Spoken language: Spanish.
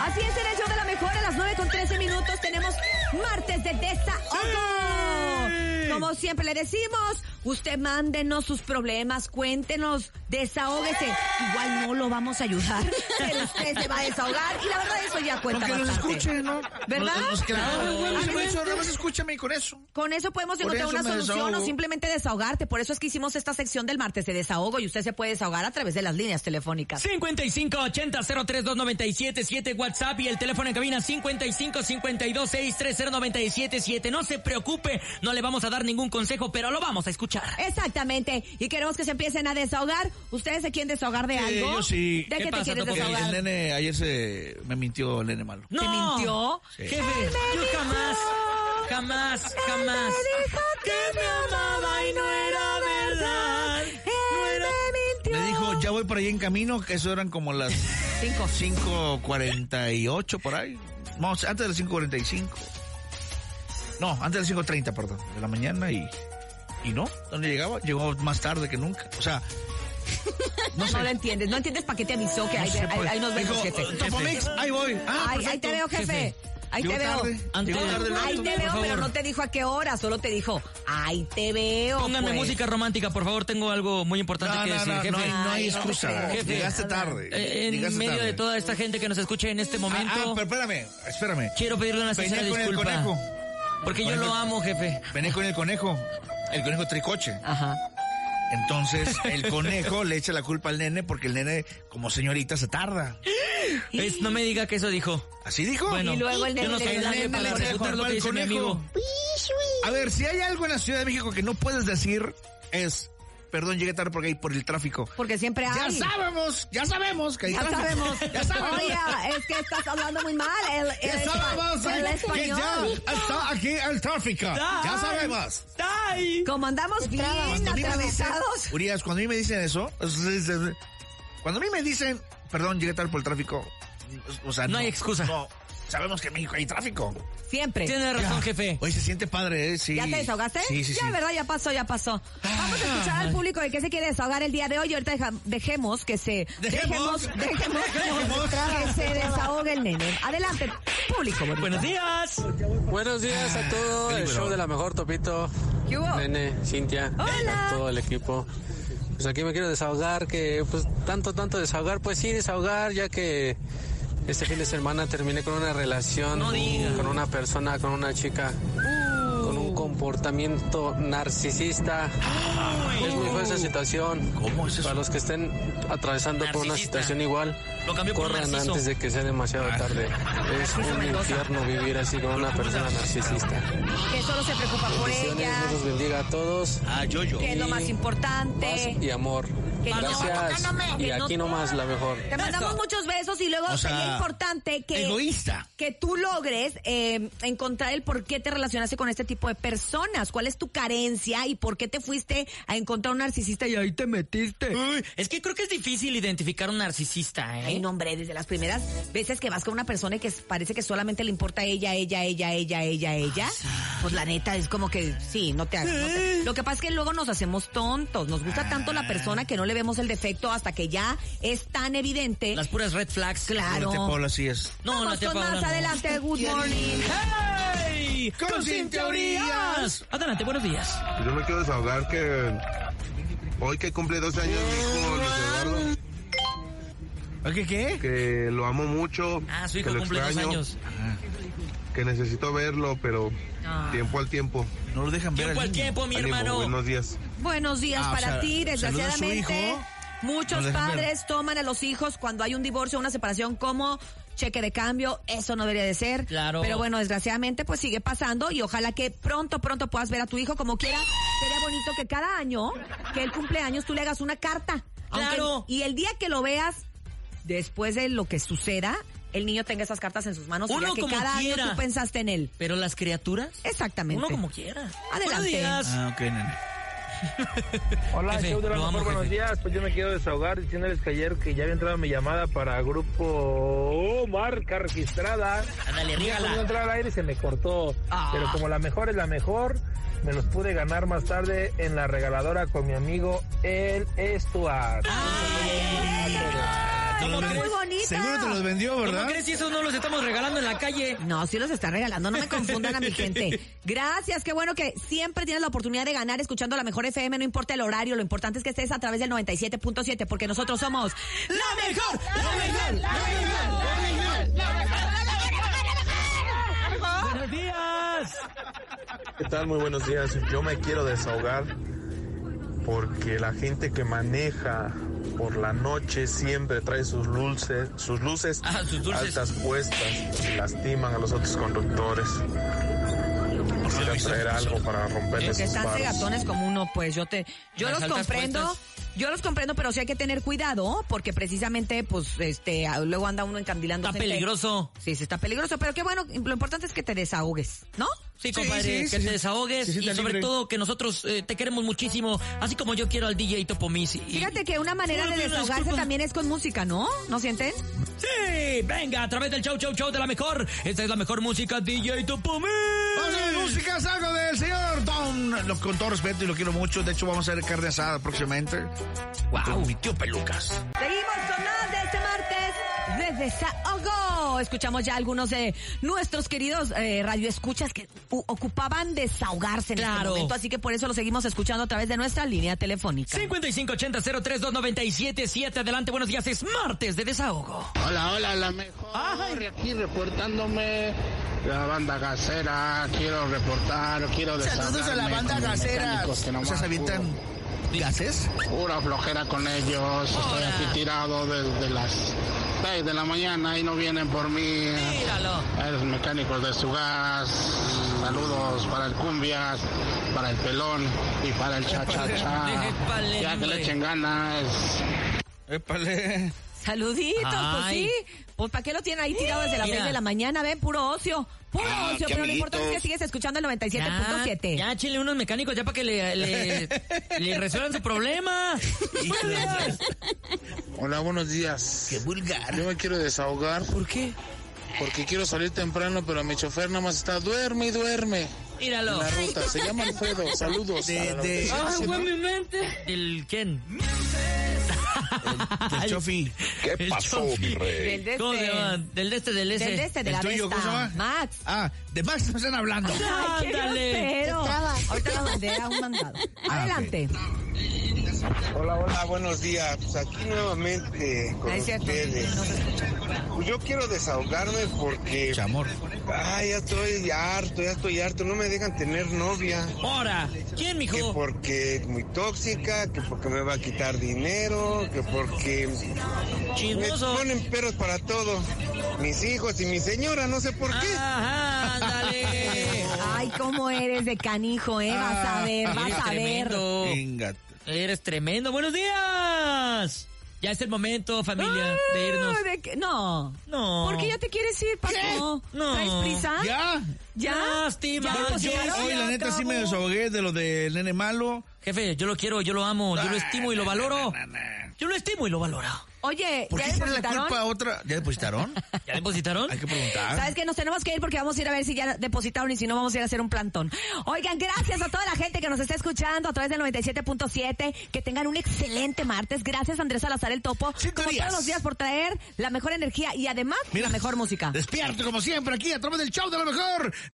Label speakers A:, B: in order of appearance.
A: Así es en el show de la mejor, a las 9 con 13 minutos tenemos martes de desahogo. Como siempre le decimos, usted mándenos sus problemas, cuéntenos, desahógese. Igual no lo vamos a ayudar, pero usted se va a desahogar y la verdad eso ya cuenta
B: Porque nos
A: bastante.
B: escuchen, ¿no?
A: ¿Verdad?
B: Nos, nos quedamos, güey, pues,
A: Ah,
B: con eso, nada más escúchame y con eso.
A: Con eso podemos
B: Por
A: encontrar
B: eso
A: una
B: me
A: solución
B: desahogo.
A: o simplemente desahogarte. Por eso es que hicimos esta sección del martes de desahogo y usted se puede desahogar a través de las líneas telefónicas.
C: 5580-032977 WhatsApp y el teléfono en cabina 5552-6309777. No se preocupe, no le vamos a dar ningún consejo, pero lo vamos a escuchar.
A: Exactamente. Y queremos que se empiecen a desahogar. ¿Ustedes se quieren desahogar de
B: Sí,
A: algo?
B: Eh, yo sí.
A: ¿De qué,
C: ¿Qué
A: te
C: pasa,
A: quieres
C: Topo?
B: El, el
A: desahogar?
B: nene, ayer se me mintió el nene malo.
C: ¡No!
A: ¿Te mintió?
B: Sí.
C: Jefe, yo jamás, jamás, jamás.
A: Me dijo
C: Que me amaba y no era verdad. No
A: Él
C: era-
A: me
B: Me
A: mintió.
B: dijo, ya voy por ahí en camino, que eso eran como las
A: Cinco.
B: 5.48 por ahí. No, antes de las 5.45. No, antes de las 5.30, perdón, de la mañana y... Y no, ¿dónde llegaba? Llegó más tarde que nunca. O sea, no sé.
A: No lo entiendes. No entiendes para qué te avisó que ahí,
B: No sé,
A: ahí-
B: pues.
A: ahí nos vemos,
B: Dijo,
A: jefe.
B: Topomix, ahí voy. Ah,
A: Ahí, ahí
B: perfecto.
A: te veo, jefe. Ahí te
B: Llegó
A: veo.
B: tarde,
C: Antonio.
B: llegó tarde el
A: Ahí
B: vato.
A: te veo,
C: favor.
A: pero no te dijo a qué hora, solo te dijo, ahí te veo.
C: Pónganme
A: pues.
C: música romántica, por favor. Tengo algo muy importante
B: No,
C: que
B: no,
C: decir,
B: no,
C: jefe.
B: no hay, no hay
A: Ay, no te
B: excusa.
A: creo.
C: Jefe.
B: Llegaste tarde.
C: Eh, en
B: Llegaste
C: medio
B: tarde.
C: de toda esta gente que nos escucha en este
B: Ah,
C: momento,
B: ah, pero espérame, espérame.
C: quiero pedirle una
B: Venía
C: sincera
B: con el
C: disculpa.
B: conejo.
C: Porque yo
B: Conejo.
C: lo amo, jefe.
B: Venía con el conejo. El conejo tricoche.
A: Ajá.
B: Entonces, el conejo le echa la culpa al nene porque el nene, como señorita, se tarda.
C: Es- no me diga que eso dijo.
B: ¿Así dijo?
C: Bueno,
A: Y luego el
C: yo no
A: nene
C: soy
A: le
C: nadie
A: echa la
C: para
A: culpa al
C: refutar lo que dice mi amigo.
B: A ver, si hay algo en la Ciudad de México que no puedes decir es, perdón, llegué tarde porque hay por el tráfico.
A: Porque siempre hay.
B: Ya sabemos, ya sabemos que hay
A: Ya
B: tráfico.
A: sabemos.
B: Ya sabemos.
A: Oye, es que estás hablando muy mal. El, el,
B: Ya sabemos
A: espa- el
B: que
A: español.
B: ya está aquí el tráfico. Ya sabemos.
C: ¡Ay!
A: Como andamos bien
B: Cuando a mí me dicen,
A: atravesados.
B: Urias, cuando a mí me dicen eso, cuando a mí me dicen, perdón, llegué tarde por el tráfico, o sea,
C: No hay excusa.
B: No, sabemos que en México hay tráfico.
A: Siempre.
C: Tiene razón, jefe.
B: Oye, se siente padre, ¿eh? Sí.
A: ¿Ya te desahogaste?
B: Sí, sí, Ah. sí.
A: Ya, ¿verdad? Ya pasó, ya pasó. Vamos a escuchar al público de qué se quiere desahogar el día de hoy. Y ahorita deja- dejemos que se...
B: Dejemos.
A: Dejemos,
B: Dejemos.
A: que se desahogue el nene. Adelante, público bonito.
C: Buenos días.
D: Buenos días a todo el
B: Película.
D: show de la mejor, Topito.
A: ¿Qué hubo?
D: Nene, Cintia,
A: Hola.
D: a todo el equipo. Pues aquí me quiero desahogar, que pues tanto, tanto desahogar, pues sí, desahogar, ya que este fin de semana terminé con una relación,
C: No diga.
D: con una persona, con una chica, con un comportamiento narcisista. Es muy fea esa situación.
B: ¿Cómo es eso?
D: Para los que estén atravesando por una
C: Narcisista.
D: situación igual,
C: Lo cambió por
D: corran
C: narciso.
D: antes de que sea demasiado tarde. Es un infierno vivir así con una persona narcisista.
A: Que solo se preocupa por
D: Bendiciones,
A: ella,
D: Dios los bendiga a todos.
B: Ah, yo, yo.
A: que es lo más
D: Paz
A: importante.
D: y amor.
A: Que no-
D: Gracias.
A: tocándome.
D: Y
A: Que no-
D: aquí nomás la mejor.
A: Te mandamos muchos besos y luego
B: O sea,
A: sería importante que...
B: Egoísta.
A: que tú logres eh, encontrar el por qué te relacionaste con este tipo de personas, cuál es tu carencia y por qué te fuiste a encontrar un narcisista y ahí te metiste.
C: Uy, es que creo que es difícil identificar un narcisista, ¿eh?
A: Ay, no, hombre, desde las primeras veces que vas con una persona y que parece que solamente le importa ella, ella, ella, ella, ella, ella, pues la neta es como que sí, no te hagas. no te- Lo que pasa es que luego nos hacemos tontos, nos gusta tanto la persona que no le vemos el defecto hasta que ya es tan evidente.
C: Las puras red flags.
A: Claro.
B: Este Paula sí es.
C: No, no
A: Vamos
C: te
A: con más adelante, good morning.
C: ¡Hey!
B: Con Cintia Urias.
C: Adelante, buenos días.
E: Yo me quiero desahogar que hoy que cumple 12 años dijo Luis Eduardo
B: ¿Qué, qué?
E: que lo amo mucho,
C: Ah, su
E: que
C: hijo
E: lo
C: cumple dos
E: extraño,
C: años.
E: que necesito verlo, pero tiempo al tiempo.
B: No lo dejan ver
C: Tiempo
B: al
C: al
B: niño.
C: tiempo, Ah. Pues, mi
E: Ánimo,
C: hermano.
E: buenos días.
A: Buenos días
B: Ah, o
A: para
B: sea,
A: ti,
B: saluda a su
A: desgraciadamente.
B: hijo.
A: Muchos
B: Lo dejan ver.
A: padres toman a los hijos cuando hay un divorcio o una separación como cheque de cambio, eso no debería de ser.
C: Claro.
A: Pero bueno, desgraciadamente pues sigue pasando y ojalá que pronto, pronto puedas ver a tu hijo como quiera. Sería bonito que cada año, que el cumpleaños, tú le hagas una carta. Aunque-
C: Claro.
A: y el día que lo veas, después de lo que suceda, el niño tenga esas cartas en sus manos. y
C: Uno
A: vea que
C: como
A: cada
C: quiera.
A: año tú pensaste en él.
C: Pero las criaturas,
A: Exactamente.
C: uno como quiera.
A: Adelante.
C: Buenos días.
B: Ah, ok, nene.
F: Hola,
C: Jefe,
F: show de la
C: lo
F: mejor,
C: amo,
F: buenos
C: jefe.
F: días. Pues yo me quiero desahogar diciéndoles que ayer que ya había entrado mi llamada para grupo oh, marca registrada.
C: Ándale,
F: Cuando
C: rígala.
F: entrar al aire se me cortó,
C: Ah.
F: pero como la mejor es la mejor, me los pude ganar más tarde en la regaladora con mi amigo el Stuart.
C: Ay, ¿Cómo
A: está muy
C: crees?
A: bonita.
G: Seguro te los vendió,
C: ¿Cómo
G: ¿verdad?
C: crees si esos no los estamos regalando en la calle?
A: No, sí los está regalando, no me confundan a mi gente. Gracias, qué bueno que siempre tienes la oportunidad de ganar escuchando la mejor FM, no importa el horario, lo importante es que estés a través del 97.7 porque nosotros somos la mejor, la mejor, la mejor.
C: ¡Buenos días!
H: ¿Qué tal? Muy buenos días. Yo me quiero desahogar porque la gente que maneja por la noche siempre trae sus luces, sus luces,
C: Ah, sus dulces.
H: altas puestas y lastiman a los otros conductores. Quisiera traer algo para romperles
A: Que
H: sus
A: están
H: faros.
A: gatones como uno, pues yo te, yo
C: Las
A: los
C: altas
A: comprendo, yo los comprendo, pero sí hay que tener cuidado porque precisamente, pues, este, ah, luego anda uno encandilando.
C: Está
A: gente.
C: peligroso.
A: Sí, sí está peligroso, pero qué bueno, lo importante es que te desahogues, ¿no?
C: Sí, compadre,
G: sí,
C: que
G: sí,
C: te
G: sí.
C: desahogues
G: Se
C: y
G: sienta
C: sobre
G: libre.
C: todo que nosotros eh, te queremos muchísimo, así como yo quiero al DJ Topo Mix. Y,
A: Fíjate que una manera
C: Bueno,
A: de
C: pido una
A: desahogarse
C: disculpa.
A: también es con música, ¿no? ¿No sienten?
C: Sí, venga, a través del show, show, show de la mejor. Esta es la mejor música, DJ Topo Mix.
B: Vamos a la música, saco del señor Don. Lo- con todo respeto y lo quiero mucho. De hecho, vamos a hacer carne asada próximamente. Con mi tío Pelucas.
A: Seguimos con más de este martes de desahogo. Escuchamos ya algunos de nuestros queridos eh, radioescuchas que u- ocupaban desahogarse en este
C: Claro.
A: momento, así que por eso lo seguimos escuchando a través de nuestra línea telefónica.
C: 5580-032977, adelante, buenos días, es martes de desahogo.
I: Hola, hola, la mejor. Aquí reportándome la banda gasera. Quiero reportar, quiero
G: Saludos a la
I: desahogarme
G: banda
I: con los
G: gasera.
I: mecánicos que
G: O
I: nomás
G: sea, se avientan gases.
I: puro- Pura flojera con ellos. Estoy aquí tirado desde las 6 de la mañana y no vienen por mí.
C: Míralo.
I: A los mecánicos de su gas. Saludos para el Cumbias, para el Pelón y para el Cha-Cha-Cha.
C: Épale,
I: Ya que
C: hombre.
I: le echen ganas.
B: Épale.
A: Saluditos, pues
C: Ay.
A: sí. Pues ¿para qué lo tienen ahí tirado desde las
C: Mira.
A: 6 de la mañana? Ven, puro ocio. Puro
E: Ah,
A: ocio,
E: qué
A: pero lo importante es que
E: amiguitos.
A: sigues escuchando el
C: Ya,
A: 97.7.
C: ya, chile unos mecánicos ya para que le, le, le resuelvan su problema.
I: Hola, buenos días.
B: Qué vulgar.
I: Yo me quiero desahogar
C: ¿Por qué?
I: porque quiero salir temprano, pero mi chofer nada más está duerme y duerme en
C: Míralo.
I: la ruta. Se llama Alfredo. Saludos.
B: De,
I: a la
B: de,
I: audiencia.
C: mi mente. ¿El quién?
B: el chofi.
E: ¿Qué
C: El
E: pasó,
C: Chofi.
E: mi rey?
A: Del de
C: ¿Cómo se
A: este,
C: llama? Del de este, del ese.
A: del de este, de
B: ¿El
A: la
B: tuyo cómo se
A: besta.
B: llama?
A: Max.
B: Ah, de Max me están hablando.
A: Ay, qué
C: Ándale.
A: grosero. Ahorita lo mandé a un mandado.
B: Ah,
A: Adelante.
J: Hola, hola, buenos días. Pues aquí nuevamente con
A: Ah, es cierto.
J: ustedes.
A: No se escucha.
J: Pues yo quiero desahogarme porque,
B: Chamor.
J: ay, ya estoy harto, ya estoy harto. No me dejan tener novia.
C: Ahora, ¿quién,
J: Que
C: mijo?
J: porque es muy tóxica, que porque me va a quitar dinero, que porque me
C: Chismoso.
J: ponen peros para todo. Mis hijos y mi señora, no sé por
C: Ah,
J: qué.
C: Ajá,
J: Eh.
C: ándale.
A: Ay, cómo eres de canijo, eh. Vas a ver,
C: Ah, Eres
A: vas a ver.
C: tremendo.
B: Venga.
C: Eres tremendo. ¡Buenos días! Ya es el momento, familia, de irnos.
A: Ay, de que- No.
C: No.
A: ¿Por qué ya te quieres ir, Paco?
C: No.
A: ¿Traes prisa?
B: ¿Ya?
A: ¿Ya?
C: Lástima,
A: ¿Ya te
B: Yo
A: pusieron?
B: hoy, la neta, sí me desahogué de lo del nene malo.
C: Jefe, yo lo quiero, yo lo amo, yo lo estimo y lo valoro.
B: Na, na, na, na.
C: Yo lo estimo y lo valoro.
A: Oye,
B: ¿Por
A: ¿ya
B: qué tiene la
A: depositaron?
B: culpa a otra? ¿Ya depositaron?
C: ¿Ya depositaron?
B: Hay que preguntar.
A: ¿Sabes que Nos tenemos que ir porque vamos a ir a ver si ya depositaron y si no vamos a ir a hacer un plantón. Oigan, gracias a toda la gente que nos está escuchando a través del 97.7. Que tengan un excelente martes. Gracias Andrés Salazar el Topo. Como
B: Sintonías.
A: todos los días por traer la mejor energía y además la mejor música.
B: Despierto como siempre aquí a través del show de la mejor